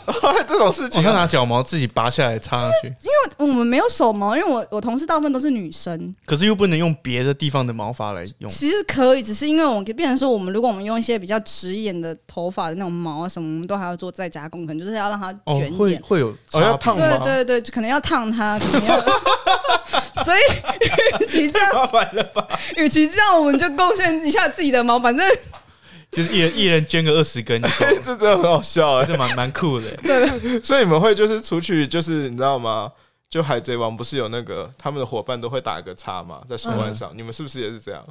S1: 这种事
S2: 哦，
S1: 情
S2: 他
S1: 啊，
S2: 拿脚毛自己拔下来插上去，
S3: 我们没有手毛，因为我我同事大部分都是女生，
S2: 可是又不能用别的地方的毛发来用。
S3: 其实可以，只是因为我们变成说，我们如果我们用一些比较直眼的头发的那种毛啊什么，我们都还要做再加工，可能就是要让它
S2: 哦
S3: 卷，一
S2: 会
S3: 点。
S2: 会有
S1: 哦要
S2: 差别
S1: 烫
S3: 对
S1: 吗
S3: 对对，可能要烫它，可能要所以与其这样，
S2: 麻烦了吧？
S3: 与其这样，我们就贡献一下自己的毛，反正
S2: 就是一人一人捐个二十根就够了，
S1: 这真的很好笑哎
S2: 还。是蛮蛮酷 [LAUGHS] 的。
S1: 所以你们会就是出去，就是你知道吗？就海贼王不是有那个他们的伙伴都会打个叉嘛，在手腕上，你们是不是也是这样？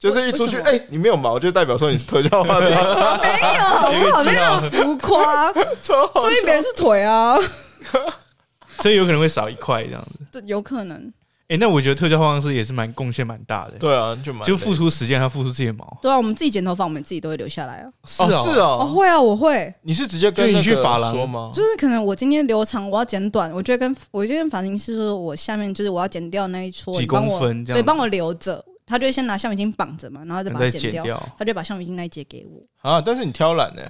S1: 就是一出去，
S3: 为什
S1: 哎、你没有毛，就代表说你是特效啊化妆，
S3: 没有好不好？没那么浮夸，
S1: 超好
S3: 说明别人是腿啊， [LAUGHS]
S2: 所以有可能会少一块这样子。
S3: 这有可能。
S2: 哎、那我觉得特效化妆师也是蛮贡献蛮大的，
S1: [LAUGHS] 对啊，就蛮
S2: 就付
S1: 出
S2: 出时间，他付出自己的毛。
S3: 对啊，我们自己剪头发，我们自己都会留下来啊。
S2: 是
S1: 哦是
S3: 哦，
S1: 哦，
S3: 会啊，我会，
S1: 你是直接跟
S2: 就你
S1: 那个
S2: 去发廊
S1: 说吗？
S3: 就是可能我今天留长，我要剪短，我就会跟我就跟发型师说，我下面就是我要剪掉那一撮，
S2: 几
S3: 你帮我
S2: 公分这样
S3: 对，帮我留着。他就会先拿橡皮筋绑着嘛，然后再把它
S2: 再
S3: 剪
S2: 剪
S3: 掉，
S2: 掉
S3: 他就把橡皮筋那一截给我。
S1: 啊，但是你挑染呢、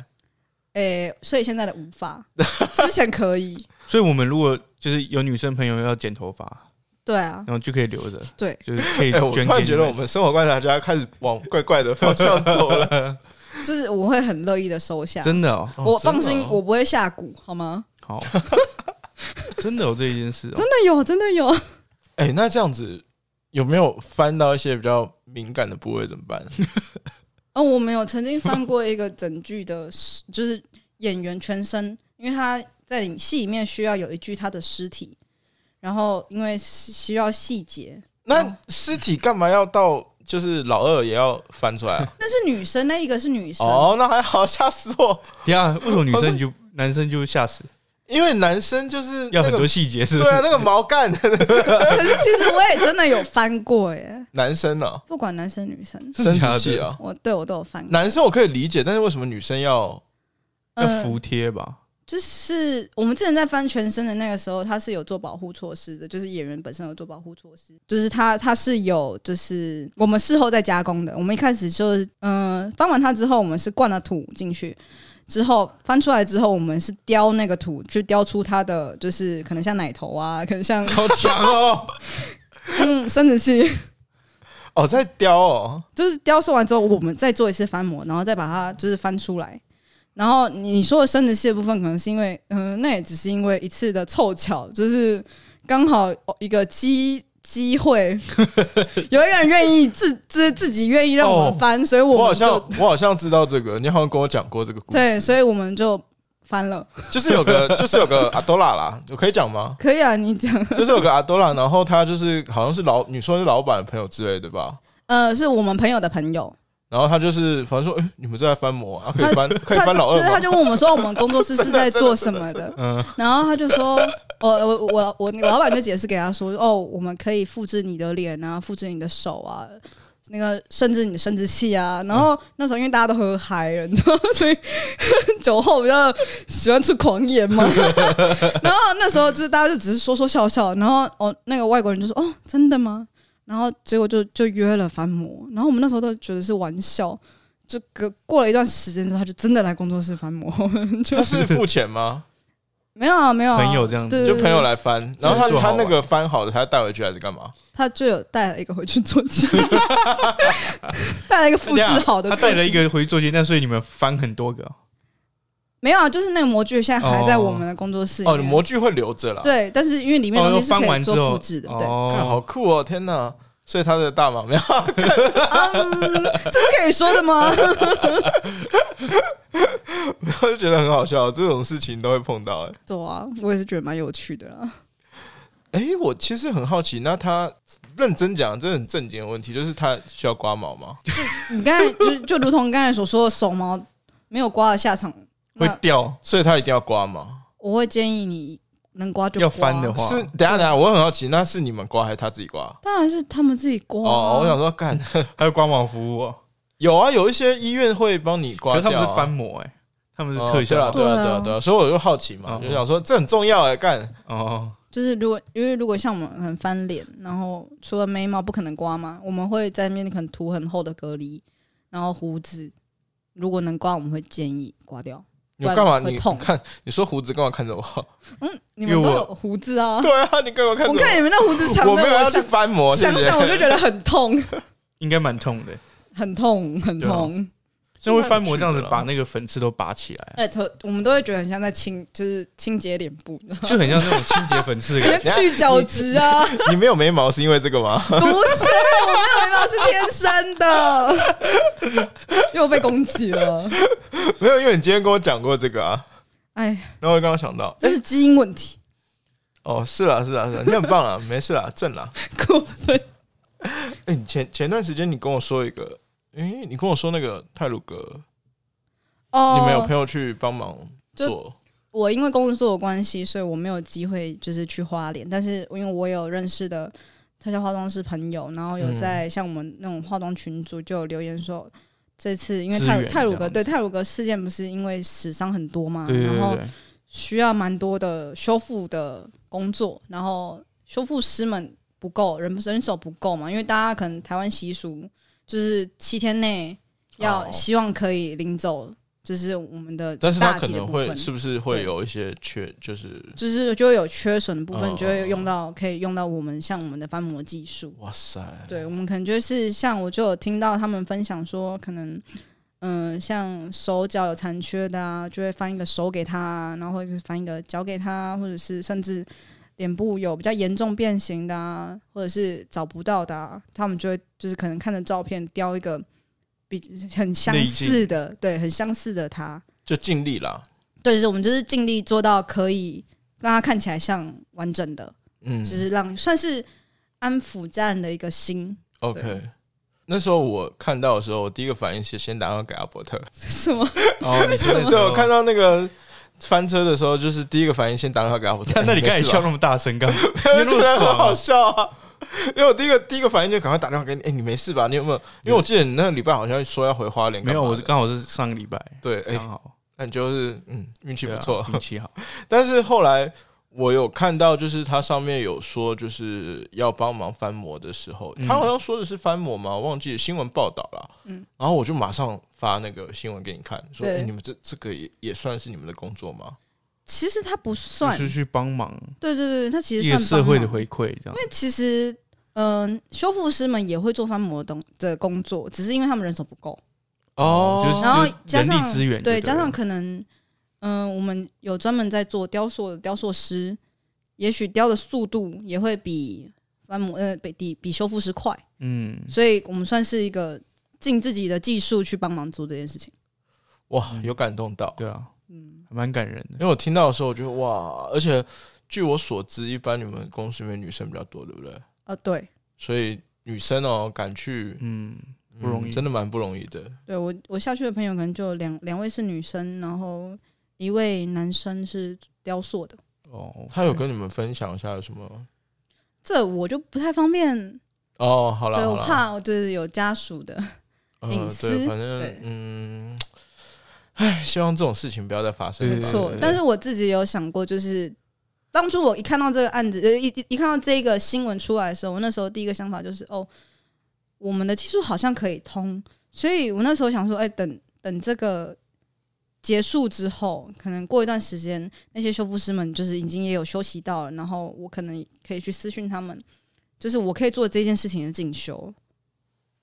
S3: 诶、所以现在的无法，之前可以， [LAUGHS]
S2: 所以我们如果就是有女生朋友要剪头发，
S3: 对啊
S2: 然，后就可以留着，
S3: 对，
S2: 就是可以
S1: 哎、我
S2: 捐
S1: 突
S2: 给
S1: 然
S2: 你
S1: 觉得我
S2: 们。
S1: 们生活观察家开始往怪怪的方向走了。
S3: 就是我会很乐意的收下。
S2: 真的哦，
S3: 我
S1: 哦真
S3: 放
S1: 的
S3: 心，
S1: 哦
S3: 我不会下蛊，好吗？
S1: [LAUGHS]
S2: 好，真的有这一件事、哦
S3: 真。的有，真的有。
S1: 哎、那这样子有没有翻到一些比较敏感的部位怎么办？ [LAUGHS]
S3: 哦，我们有曾经翻过一个整剧的尸， [LAUGHS] 就是演员全身，因为他在里戏里面需要有一具他的尸体，然后因为需需要细节，
S1: 那尸体干嘛要到就是老二也要翻出来啊、
S3: 那是女生，那一个是女
S2: 啊
S3: 生，
S1: 哦，那还好，吓死 [LAUGHS] 我！
S2: 等一下为什么女生你就男生就吓死？
S1: 因为男生就是那
S2: 要很
S1: 个
S2: 多细节是不
S1: 对
S2: 是？
S1: 啊，那个毛干 [LAUGHS]
S3: 可是 [LAUGHS] 其实我也真的有翻过耶，
S1: 男生啊，
S3: 不管男生女生，
S2: 真
S1: 生
S2: 的假
S1: 殖
S2: 的
S1: 器啊，
S3: 我对我都有翻过。
S1: 男生我可以理解，但是为什么女生要
S2: 要
S3: 嗯，
S2: 服帖吧？
S3: 就是我们之前在翻全身的那个时候，他是有做保护措施的，就是演员本身有做保护措施，就是他他是有就是我们事后再加工的。我们一开始就是嗯、呃翻完它之后，我们是灌了土进去。之后翻出来之后，我们是雕那个土，去雕出它的，就是可能像奶头啊，可
S1: [LAUGHS]
S3: 能像
S2: [LAUGHS] 好强哦！
S3: 嗯生殖器，
S1: 哦在雕哦？
S3: 就是雕塑完之后，我们再做一次翻模，然后再把它就是翻出来。然后你说的生殖器的部分，可能是因为，嗯、那也只是因为一次的凑巧，就是刚好一个机机会， [LAUGHS] 有一个人愿意自自自己愿意让我们翻，所以
S1: 哦我
S3: 我
S1: 好
S3: 们
S1: 像
S3: 就
S1: 我好像知道这个，你好像跟我讲过这个故
S2: [LAUGHS]
S1: 事，
S3: 对，所以我们就翻了。
S1: 就是有个就是有个阿多拉啦，我可以讲吗？
S3: 可以啊，你讲，
S1: [LAUGHS] 就是有个阿多拉，然后他就是好像是老你说是老板的朋友之类的吧，
S3: 呃，是我们朋友的朋友，
S1: 然后他就是反正说，哎、你们在翻模啊，可以 [LAUGHS]
S3: 他
S1: 翻可以
S3: 他
S1: 翻老二
S3: 就是他
S1: 吗？
S3: 就问我们说，我们工作室是在做什么的？
S2: 嗯，
S3: 然后他就说，我我我我那个老板就解释给他说，哦，我们可以复制你的脸啊，复制你的手啊，那个甚至你的生殖器啊。然后那时候因为大家都喝嗨了，你知道吗， [LAUGHS] 所以酒后比较喜欢出狂言嘛。 [LAUGHS] 然后那时候就是大家就只是说说笑笑，然后哦，那个外国人就说，哦，真的吗？然后结果就就约了翻模，然后我们那时候都觉得是玩笑。这个过了一段时间之后，他就真的来工作室翻模， [LAUGHS] 我们就
S1: 他是付钱 [LAUGHS] 吗？
S3: 没有啊，没有、啊、
S2: 朋友这样子
S3: 对
S1: 就朋友，来翻，然后他
S2: 对做好
S1: 他
S2: 玩
S1: 那个翻好的，他带回去还是干嘛？
S3: 他就有带了一个回去做鸡， [LAUGHS] 带了一个复制好的，
S2: 他带了一，个回去做接，但所以你们翻很多个哦，
S3: 没有啊，就是那个模具现在还在我们的工作室里
S1: 哦，
S3: 面
S1: 你模具会留着啦。，
S3: 对，但是因为里面的
S2: 哦
S3: 东西是
S2: 翻
S3: 可
S2: 完
S3: 以
S2: 之
S3: 做
S2: 后
S3: 复制的，对，
S1: 看
S2: 哦，
S1: 好酷哦，天哪！所以他的大马没有，
S3: 嗯，这是可以说的吗？
S1: [LAUGHS]
S3: [LAUGHS]
S1: 我就觉得很好笑，这种事情都会碰到、欸。
S3: 对啊，我也是觉得蛮有趣的啊啦。
S1: 哎、我其实很好奇，那他认真讲，这很正经的问题，就是他需要刮毛吗？
S3: 你刚才就就如同刚才所说的，手毛没有刮的下场，
S2: 会
S3: 那
S2: 掉，
S1: 所以他一定要刮吗？
S3: 我会建议你能刮就刮
S2: 要翻的，话
S1: 是，等一下等一下，我很好奇，那是你们刮还是他自己刮？
S3: 当然是他们自己刮啊。
S1: 哦，我想说，干
S2: 还有官网服务哦。
S1: 有啊，有一些医院会帮你刮
S2: 可是
S1: 掉、
S2: 他
S1: 啊。
S2: 们是翻模哎，他们是
S1: 哦
S2: 特效
S1: 对啊，对啊，
S3: 对
S1: 对
S3: 啊
S1: 啊，对啊，所以我就好奇嘛，
S2: 嗯
S1: 就想说这很重要哎，干
S2: 哦，
S3: 就是如果因为如果像我们很翻脸，然后除了眉毛不可能刮嘛，我们会在面可能涂很厚的隔离，然后胡子如果能刮，我们会建议刮掉。
S1: 你干嘛？
S3: 不然会
S1: 你
S3: 痛
S1: 看你说胡子干嘛看着我？ [LAUGHS]
S3: 嗯，你
S2: 因
S3: 们
S2: 为
S3: 都
S2: 我
S3: 有胡子啊，
S1: 对啊，你干嘛看着
S3: 我看你们那胡子长
S1: 我
S3: 的，
S1: 没有要去
S3: 想
S1: 翻模，谢
S3: 想
S1: 谢
S2: [LAUGHS]
S3: 想我就觉得很痛，
S2: 应该蛮痛的。
S3: 很痛，很
S1: 啊
S3: 痛。
S2: 因为翻模这样子
S1: [LAUGHS] 是蛮有趣的啦
S2: 把那个粉刺都拔起来，
S3: 哎，头我们都会觉得很像在清，就是清洁脸部，
S2: 啊就很像那种清洁粉刺的感
S3: [LAUGHS]
S2: 觉。
S1: 下
S3: 去角质啊，不
S1: 你没有眉毛是因为这个吗？ [LAUGHS]
S3: 是，我没有眉毛是天生的， [LAUGHS] 又被攻击了，
S1: 没有，因为你今天跟我讲过这个啊，
S3: 哎。
S1: 然后我刚刚想到，
S3: 这是基因问题， [LAUGHS]
S1: 哦，是啦，是啦，是啦，你很棒啦， [LAUGHS] 没事啦，正啦。
S3: 过分。
S1: 哎，你前前段时间你跟我说一个，诶，你跟我说那个泰鲁格，
S3: 哦
S1: 你们有朋友去帮忙做，
S3: 我因为工作的关系，所以我没有机会就是去花莲，但是因为我有认识的特效化妆师朋友，然后有
S2: 嗯
S3: 在像我们那种化妆群组就有留言说，这次因为泰
S2: 支援
S3: 泰鲁
S2: 这
S3: 格
S2: 样
S3: 对泰鲁格事件不是因为死伤很多嘛，
S2: 对对
S3: 然
S2: 对
S3: 后
S2: 对，
S3: 需要蛮多的修复的工作，然后修复师们不够，人人手不够嘛，因为大家可能台湾习俗就是七天内要
S1: 哦
S3: 希望可以领走，就是我们的
S1: 但是他
S3: 大
S1: 可
S3: 体的
S1: 能
S3: 部
S1: 会
S3: 分，
S1: 是不是会
S3: 对
S1: 有一些缺，就是
S3: 就是就会有缺损的部
S1: 哦
S3: 分，就会用到可以用到我们像我们的翻模技术，
S1: 哇塞，
S3: 对我们可能就是像我就有听到他们分享说，可能嗯、呃像手脚有残缺的啊，就会翻一个手给他啊，然后或者是翻一个脚给他啊，或者是甚至脸部有比较严重变形的啊，或者是找不到的啊，他们就会就是可能看着照片雕一个比很相
S2: 内镜
S3: 似的，对，很相似的他。
S1: 就尽力啦，
S3: 对，就是我们就是尽力做到可以让他看起来像完整的，
S1: 嗯
S3: 就是让算是安抚家人的一个心。 [LAUGHS]
S1: ，OK
S3: 对。
S1: 那时候我看到的时候，我第一个反应是先打电话给阿伯 [LAUGHS] 特。
S3: 什么？
S2: 哦，你说那时
S1: 所以
S2: 候
S1: 我看到那个翻车的时候，就是第一个反应先打电话给阿伯特。哎
S2: 看那你刚才
S1: 没事吧
S2: 笑那么大声干嘛？
S1: 我 [LAUGHS]
S2: 你那
S1: 觉
S2: 么
S1: 得很
S2: 爽
S1: 好
S2: 啊，
S1: 笑啊！因为我第一个第一个反应就赶快打电话给你，哎、你没事吧？你有没有？因为我记得你那个礼拜好像说要回花莲干嘛的，
S2: 没有，我是刚好是上个礼拜，
S1: 对，哎、
S2: 刚好
S1: 那你就是嗯运气
S2: 对
S1: 不
S2: 啊
S1: 错。
S2: 运
S3: [LAUGHS]
S2: 气好。
S1: 但是后来我有看到，就是它上面有说就是要帮忙翻模的时候，
S2: 嗯
S1: 他好像说的是翻模嘛，我忘记新闻报道了。
S3: 嗯
S1: 然后我就马上发那个新闻给你看，说、
S3: 对
S1: 哎你们这这个也也算是你们的工作吗？
S3: 其实他不算，
S2: 就是去帮忙
S3: 对对对，他其实
S2: 一个
S3: 算
S2: 社会的
S3: 帮忙
S2: 回馈，这样
S3: 因为其实，嗯、修复师们也会做翻模的东的工作，只是因为他们人手不够，
S2: 哦就是
S3: 然后加
S2: 人力
S3: 上
S2: 资源就对了
S3: 对，加上可能，嗯、我们有专门在做雕塑的雕塑师，也许雕的速度也会比翻模呃比比比修复师快，
S2: 嗯，
S3: 所以我们算是一个尽自己的技术去帮忙做这件事情。
S1: 哇，
S2: 嗯
S1: 有感动到，
S2: 对啊，
S3: 嗯，
S2: 还蛮感人的
S1: 因。为我听到的时候，我觉得哇，而且据我所知，一般你们公司里面女生比较多，对不对？
S3: 呃，对，
S1: 所以女生哦，敢去、
S2: 嗯，
S1: 嗯
S2: 不容易
S1: 真的蛮不容易的。
S3: 对我我下去的朋友可能就有两两位是女生，然后一位男生是雕塑的。
S2: 哦，
S1: 他有跟你们分享一下有什么？
S3: 这我就不太方便
S1: 哦，好了，
S3: 对，
S1: 好
S3: 我
S1: 啦
S3: 怕我就是有家属的，
S1: 呃
S3: 隐私
S1: 对，反正
S3: 对
S1: 嗯，唉，希望这种事情不要再发生。
S2: 对
S3: 没错
S2: 对对。
S3: 但是我自己有想过，就是当初我一看到这个案子，呃，一一一看到这个新闻出来的时候，我那时候第一个想法就是，哦，我们的技术好像可以通，所以我那时候想说，哎、等等这个结束之后，可能过一段时间，那些修复师们就是已经也有休息到了，然后我可能可以去私讯他们，就是我可以做这件事情的进修。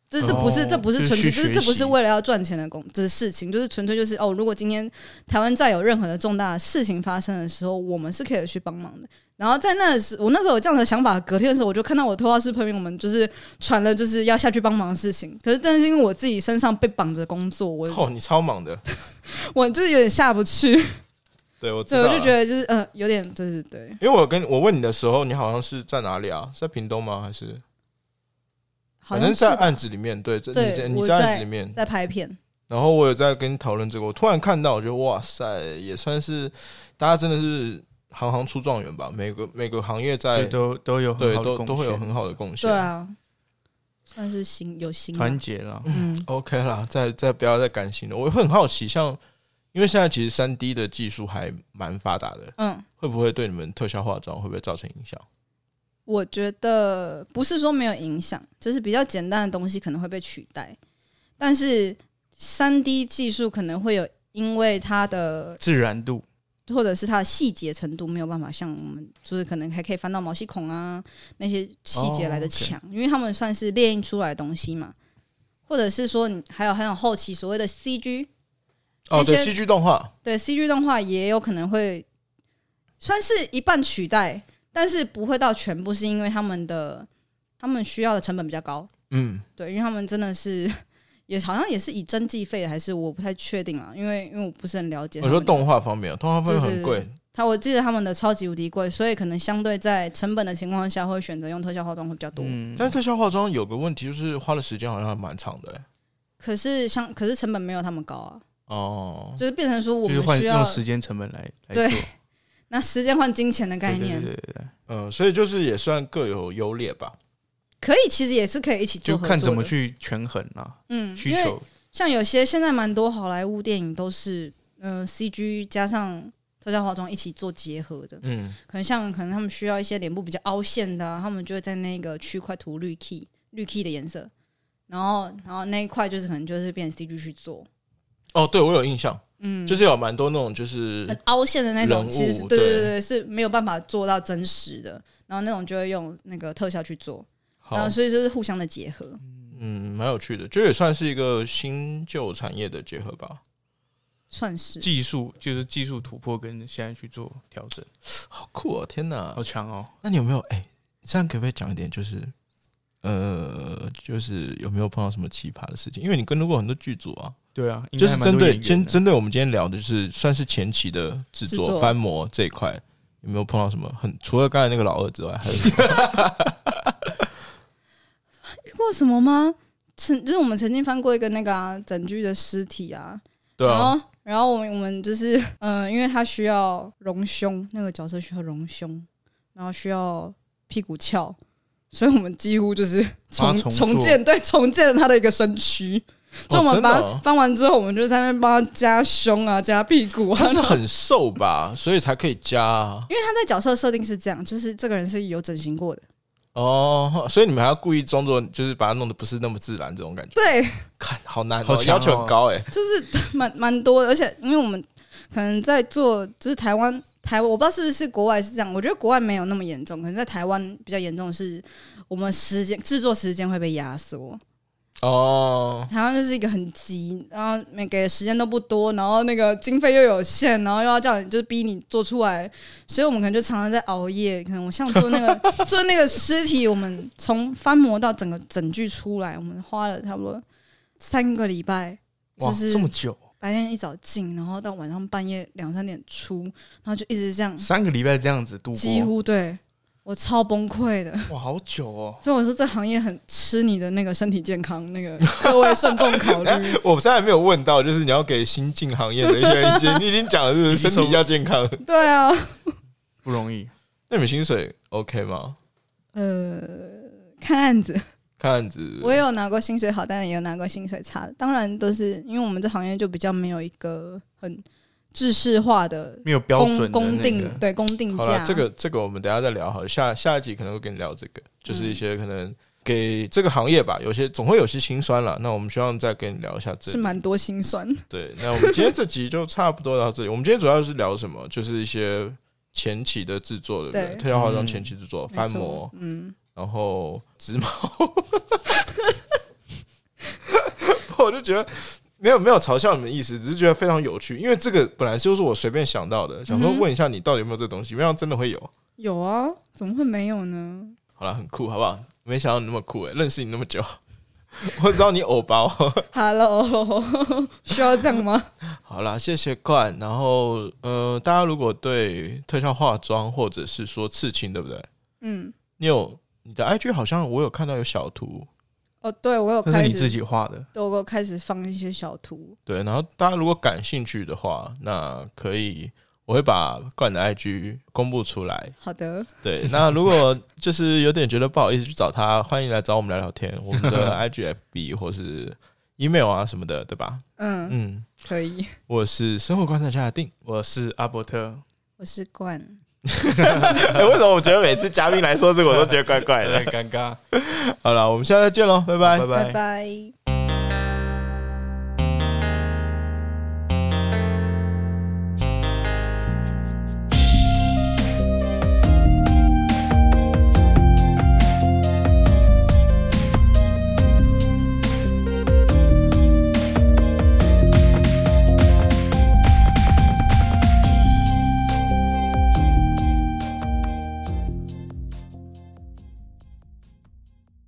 S3: 这这不是、
S2: 哦
S3: 这不是
S2: 就是
S3: 纯粹，
S2: 去
S3: 这这
S2: 学
S3: 不是
S2: 习
S3: 为了要赚钱的工，这是事情，就是纯粹就是哦，如果今天台湾再有任何的重大的事情发生的时候，我们是可以去帮忙的。然后在那时，我那时候有这样的想法，隔天的时候我就看到我头号师朋友们就是传了就是要下去帮忙的事情，可是但是因为我自己身上被绑着工作，我、
S1: 哦，你超忙的，
S3: 我就是有点下不去，
S1: 对我知
S3: 对，
S1: 道啊
S3: 我
S1: 了。
S3: 就觉得就是呃有点就是对，
S1: 因为我跟我问你的时候，你好像是在哪里啊？是在屏东吗？还是
S3: 好
S1: 反
S3: 像
S1: 正啊
S3: 是
S1: 在案子里面？对，这
S3: 对
S1: 你在
S3: 我
S1: 你在案
S3: 在
S1: 子里面。
S3: 在拍片，
S1: 然后我有在跟你讨论这个，我突然看到，我觉得哇塞，也算是大家真的是行行出状元吧。每个每个行业在
S2: 对，都都有很
S1: 哎对
S2: 好的
S1: 都
S2: 贡
S1: 都会有
S2: 献
S1: 很好的贡献。
S3: 对啊，算是心有心吧
S2: 团结了。
S3: 嗯
S1: OK 啦，再再不要再感性了。我会很好奇，像因为现在其实三 D 的技术还蛮发达的，
S3: 嗯，
S1: 会不会对你们特效化妆会不会造成影响？
S3: 我觉得不是说没有影响，就是比较简单的东西可能会被取代，但是三 D 技术可能会有因为它的
S2: 自然度，
S3: 或者是它的细节程度没有办法像我们，就是可能还可以翻到毛细孔啊那些细节
S1: 哦
S3: 来的强，因为他们算是列印出来的东西嘛，或者是说你还有还有后期所谓的 CG，
S1: 哦，
S3: 那些
S1: 对，戏剧动画，
S3: 对 CG 动画也有可能会算是一半取代，但是不会到全部，是因为他们的他们需要的成本比较高，
S1: 嗯，
S3: 对，因为他们真的是。也好像也是以真计费的，还是我不太确定啊，因为因为我不是很了解他
S1: 我
S3: 们的。
S1: 说动画方面啊，动画方面很
S3: 对
S1: 贵，
S3: 他我记得他们的超级无敌贵，所以可能相对在成本的情况下，会选择用特效化妆会比较多。
S2: 嗯，
S1: 但是特效化妆有个问题就是花的时间好像还蛮长的、欸
S3: 可是相可是成本没有他们高啊，
S1: 哦，
S3: 就是变成说我
S2: 就是
S3: 们
S2: 换
S3: 需要
S2: 用时间成本来来做
S3: 对拿时间换金钱的概念，
S2: 对对对对对，
S1: 呃，所以就是也算各有优劣吧。
S3: 可以其实也是可以一起做
S2: 就
S3: 合作
S2: 看怎么
S3: 的
S2: 去权衡啊啦，
S3: 嗯，
S2: 需
S3: 因为
S2: 求
S3: 像有些现在蛮多好莱坞电影都是嗯、呃 CG 加上特效化妆一起做结合的，
S1: 嗯，
S3: 可能像可能他们需要一些脸部比较凹陷的、啊，他们就会在那个区块涂绿 key 绿 key 的颜色，然后然后那一块就是可能就是变 CG 去做。
S1: 哦，对我有印象，
S3: 嗯，呃
S1: 就是有蛮多那种就是
S3: 很凹陷的那
S1: 嗯人
S3: 种，
S1: 物
S3: 其实是
S1: 对
S3: 对对对，是没有办法做到真实的。然后那种就会用那个特效去做，然
S1: 好
S3: 后，所以就是互相的结合。
S1: 嗯，蛮有趣的，就也算是一个新旧产业的结合吧。
S3: 算是
S2: 技术，就是技术突破跟现在去做调整，
S1: 好酷哦！天哪
S2: 好，强哦！
S1: 那你有没有？哎、你这样可不可以讲一点？就是，呃，就是有没有碰到什么奇葩的事情？因为你跟过很多剧组啊，
S2: 对啊，应
S1: 就
S2: 该
S1: 是
S2: 还蛮
S1: 针
S2: 多
S1: 对
S2: 演员
S1: 针
S2: 的
S1: 针对我们今天聊的，就是算是前期的制
S3: 制
S1: 作
S3: 作
S1: 翻模这一块，有没有碰到什么很？除了刚才那个老二之外，还有什么
S3: 遇过什么吗？曾就是我们曾经翻过一个那个啊，整具的尸体啊，
S1: 对
S3: 然
S1: 啊，
S3: 后然后我们我们就是 [LAUGHS] 嗯、呃因为他需要隆胸，那个角色需要隆胸，然后需要屁股翘，所以我们几乎就是
S2: 它
S3: 重
S2: 重做
S3: 重建对重建了他的一个身躯。就我
S1: 哦
S3: 们
S1: 真的
S3: 帮、
S1: 哦
S3: 翻完之后，我们就在那边帮他加胸啊、加屁股啊
S1: 他。是很瘦吧，所以才可以加啊。
S3: 因为他在角色设定是这样，就是这个人是有整形过的，
S1: 哦，所以你们还要故意装作就是把它弄得不是那么自然，这种感觉，
S3: 对，
S1: 看好难、
S2: 好
S1: 哦，
S2: 强
S1: 要
S2: 哦
S1: 求很高哎、
S3: 就是 [LAUGHS] 蛮蛮多的，而且因为我们可能在做，就是台湾台湾，我不知道是不是国外是这样，我觉得国外没有那么严重，可能在台湾比较严重的是我们时间制作时间会被压缩，
S1: 哦，
S3: 台湾就是一个很急，然后每给的时间都不多，然后那个经费又有限，然后又要叫你就是逼你做出来，所以我们可能就常常在熬夜。可能我像做那个 [LAUGHS] 做那个尸体，我们从翻模到整个整具出来，我们花了差不多三个礼拜，就
S2: 哇，
S3: 是
S2: 这么久，
S3: 白天一早进，然后到晚上半夜两三点出，然后就一直这样，
S2: 三个礼拜这样子度过，
S3: 几乎对我超崩溃的。 [LAUGHS]
S2: 哇，好久哦。
S3: 所以我说这行业很吃你的那个身体健康，那个 [LAUGHS] 各位慎重考
S1: [LAUGHS]
S3: 虑。
S1: 哎我们现在没有问到，就是你要给新进行业的一些人意
S3: [LAUGHS]
S1: 见，你已经讲了是不是身体要健康？
S3: 对啊。
S2: 不容易，
S1: 那你们薪水 OK 吗？
S3: 呃，看案子，
S1: 看样子
S3: 我也有拿过薪水好，但也有拿过薪水差的。当然都是因为我们这行业就比较没有一个很制式化的
S2: 没有标
S3: 公
S2: 准的
S3: 公
S2: 那
S3: 定
S2: 个，
S3: 对公定
S1: 好
S3: 价
S1: 了，。这个这个我们等一下再聊好了，下下一集可能会跟你聊这个，就是一些可能给这个行业吧，有些总会有些心酸啦。那我们希望再跟你聊一下这
S3: 是
S1: 个。
S3: 蛮多心酸。
S1: 对，那我们今天这集就差不多到这里。我们今天主要是聊什么？就是一些前期的制作，对不对？
S3: 对
S1: 特效化妆
S2: 嗯
S1: 前期制作、
S3: 没
S1: 翻
S3: 错
S1: 模，
S3: 嗯，
S1: 然后植毛。我就觉得没有没有嘲笑你们的意思，只是觉得非常有趣，因为这个本来就是我随便想到的，想说
S3: 嗯哼
S1: 问一下你到底有没有这东西，没想到真的会有。
S3: 有啊，怎么会没有呢？
S1: 好了，很酷，好不好？没想到你那么酷诶、认识你那么久， [LAUGHS] 我知道你偶包。
S3: Hello，需 [LAUGHS] 要这样吗？
S1: 好啦，谢谢冠。然后，呃，大家如果对特效化妆或者是说刺青，对不对？
S3: 嗯，
S1: 你有你的 IG 好像我有看到有小图，
S3: 哦，对我有
S2: 那是
S3: 开
S2: 你自
S3: 始，
S2: 己画
S1: [LAUGHS]
S2: 的，
S3: 对我有开始放一些小图。
S1: 对。然后大家如果感兴趣的话，那可以我会把冠的 IG 公布出来。
S3: 好的，
S1: 对，那如果就是有点觉得不好意思去找他，欢迎来找我们聊聊天，我们 [LAUGHS] 的 IGFB 或是 email 啊什么的，对吧？
S3: 嗯，
S1: 嗯。
S3: 可以。
S1: 我是生活观察家的定。
S2: 我是阿伯特，
S3: 我是冠，
S1: 哎、为什么我觉得每次 [LAUGHS] 嘉宾来说这个，我都觉得怪怪
S2: 有点？尴尬，
S1: 好了，我们下次再见喽，拜拜
S2: 拜。
S3: 拜